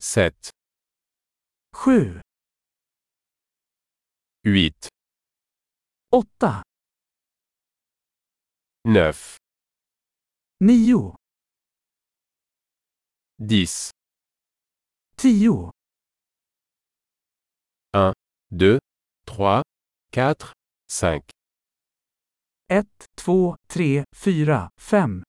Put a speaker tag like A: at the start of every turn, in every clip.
A: 7,
B: 8,
A: 8,
B: 9,
A: 9,
B: 10,
A: 10,
B: 2, 3, 4, 5,
A: 1, 2, 3, 4, 5,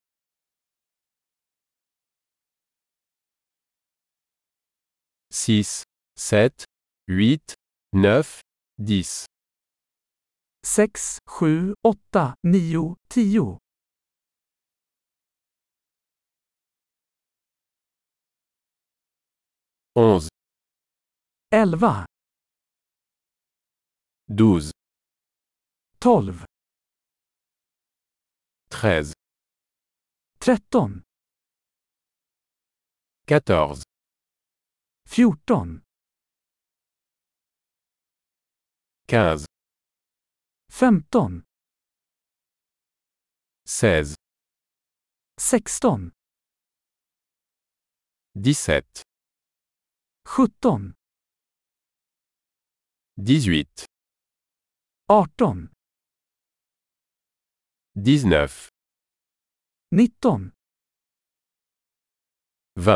B: 6, 7, 8, 9, 10,
A: 6, 7, 8, 9, 10,
B: 11,
A: 11,
B: 12,
A: 12,
B: 13,
A: 13,
B: 14,
A: 14,
B: 15,
A: 15,
B: 16,
A: 16,
B: 17,
A: 17,
B: 18,
A: 18,
B: 19,
A: 19,
B: 20,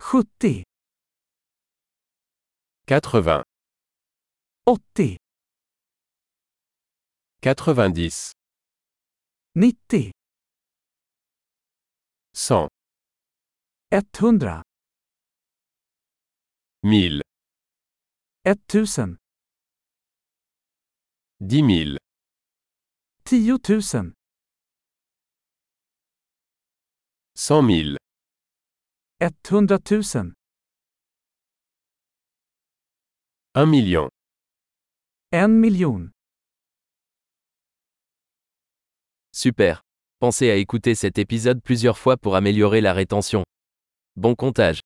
B: 80,
A: 80,
B: 90,
A: 90,
B: 100,
A: 100,
B: 1000,
A: 1000,
B: 10 000,
A: 10 000,
B: 100 000,
A: 100 000,
B: 1 million,
A: 1 miljon.
B: Super. Pensez à écouter cet épisode plusieurs fois pour améliorer la rétention. Bon comptage.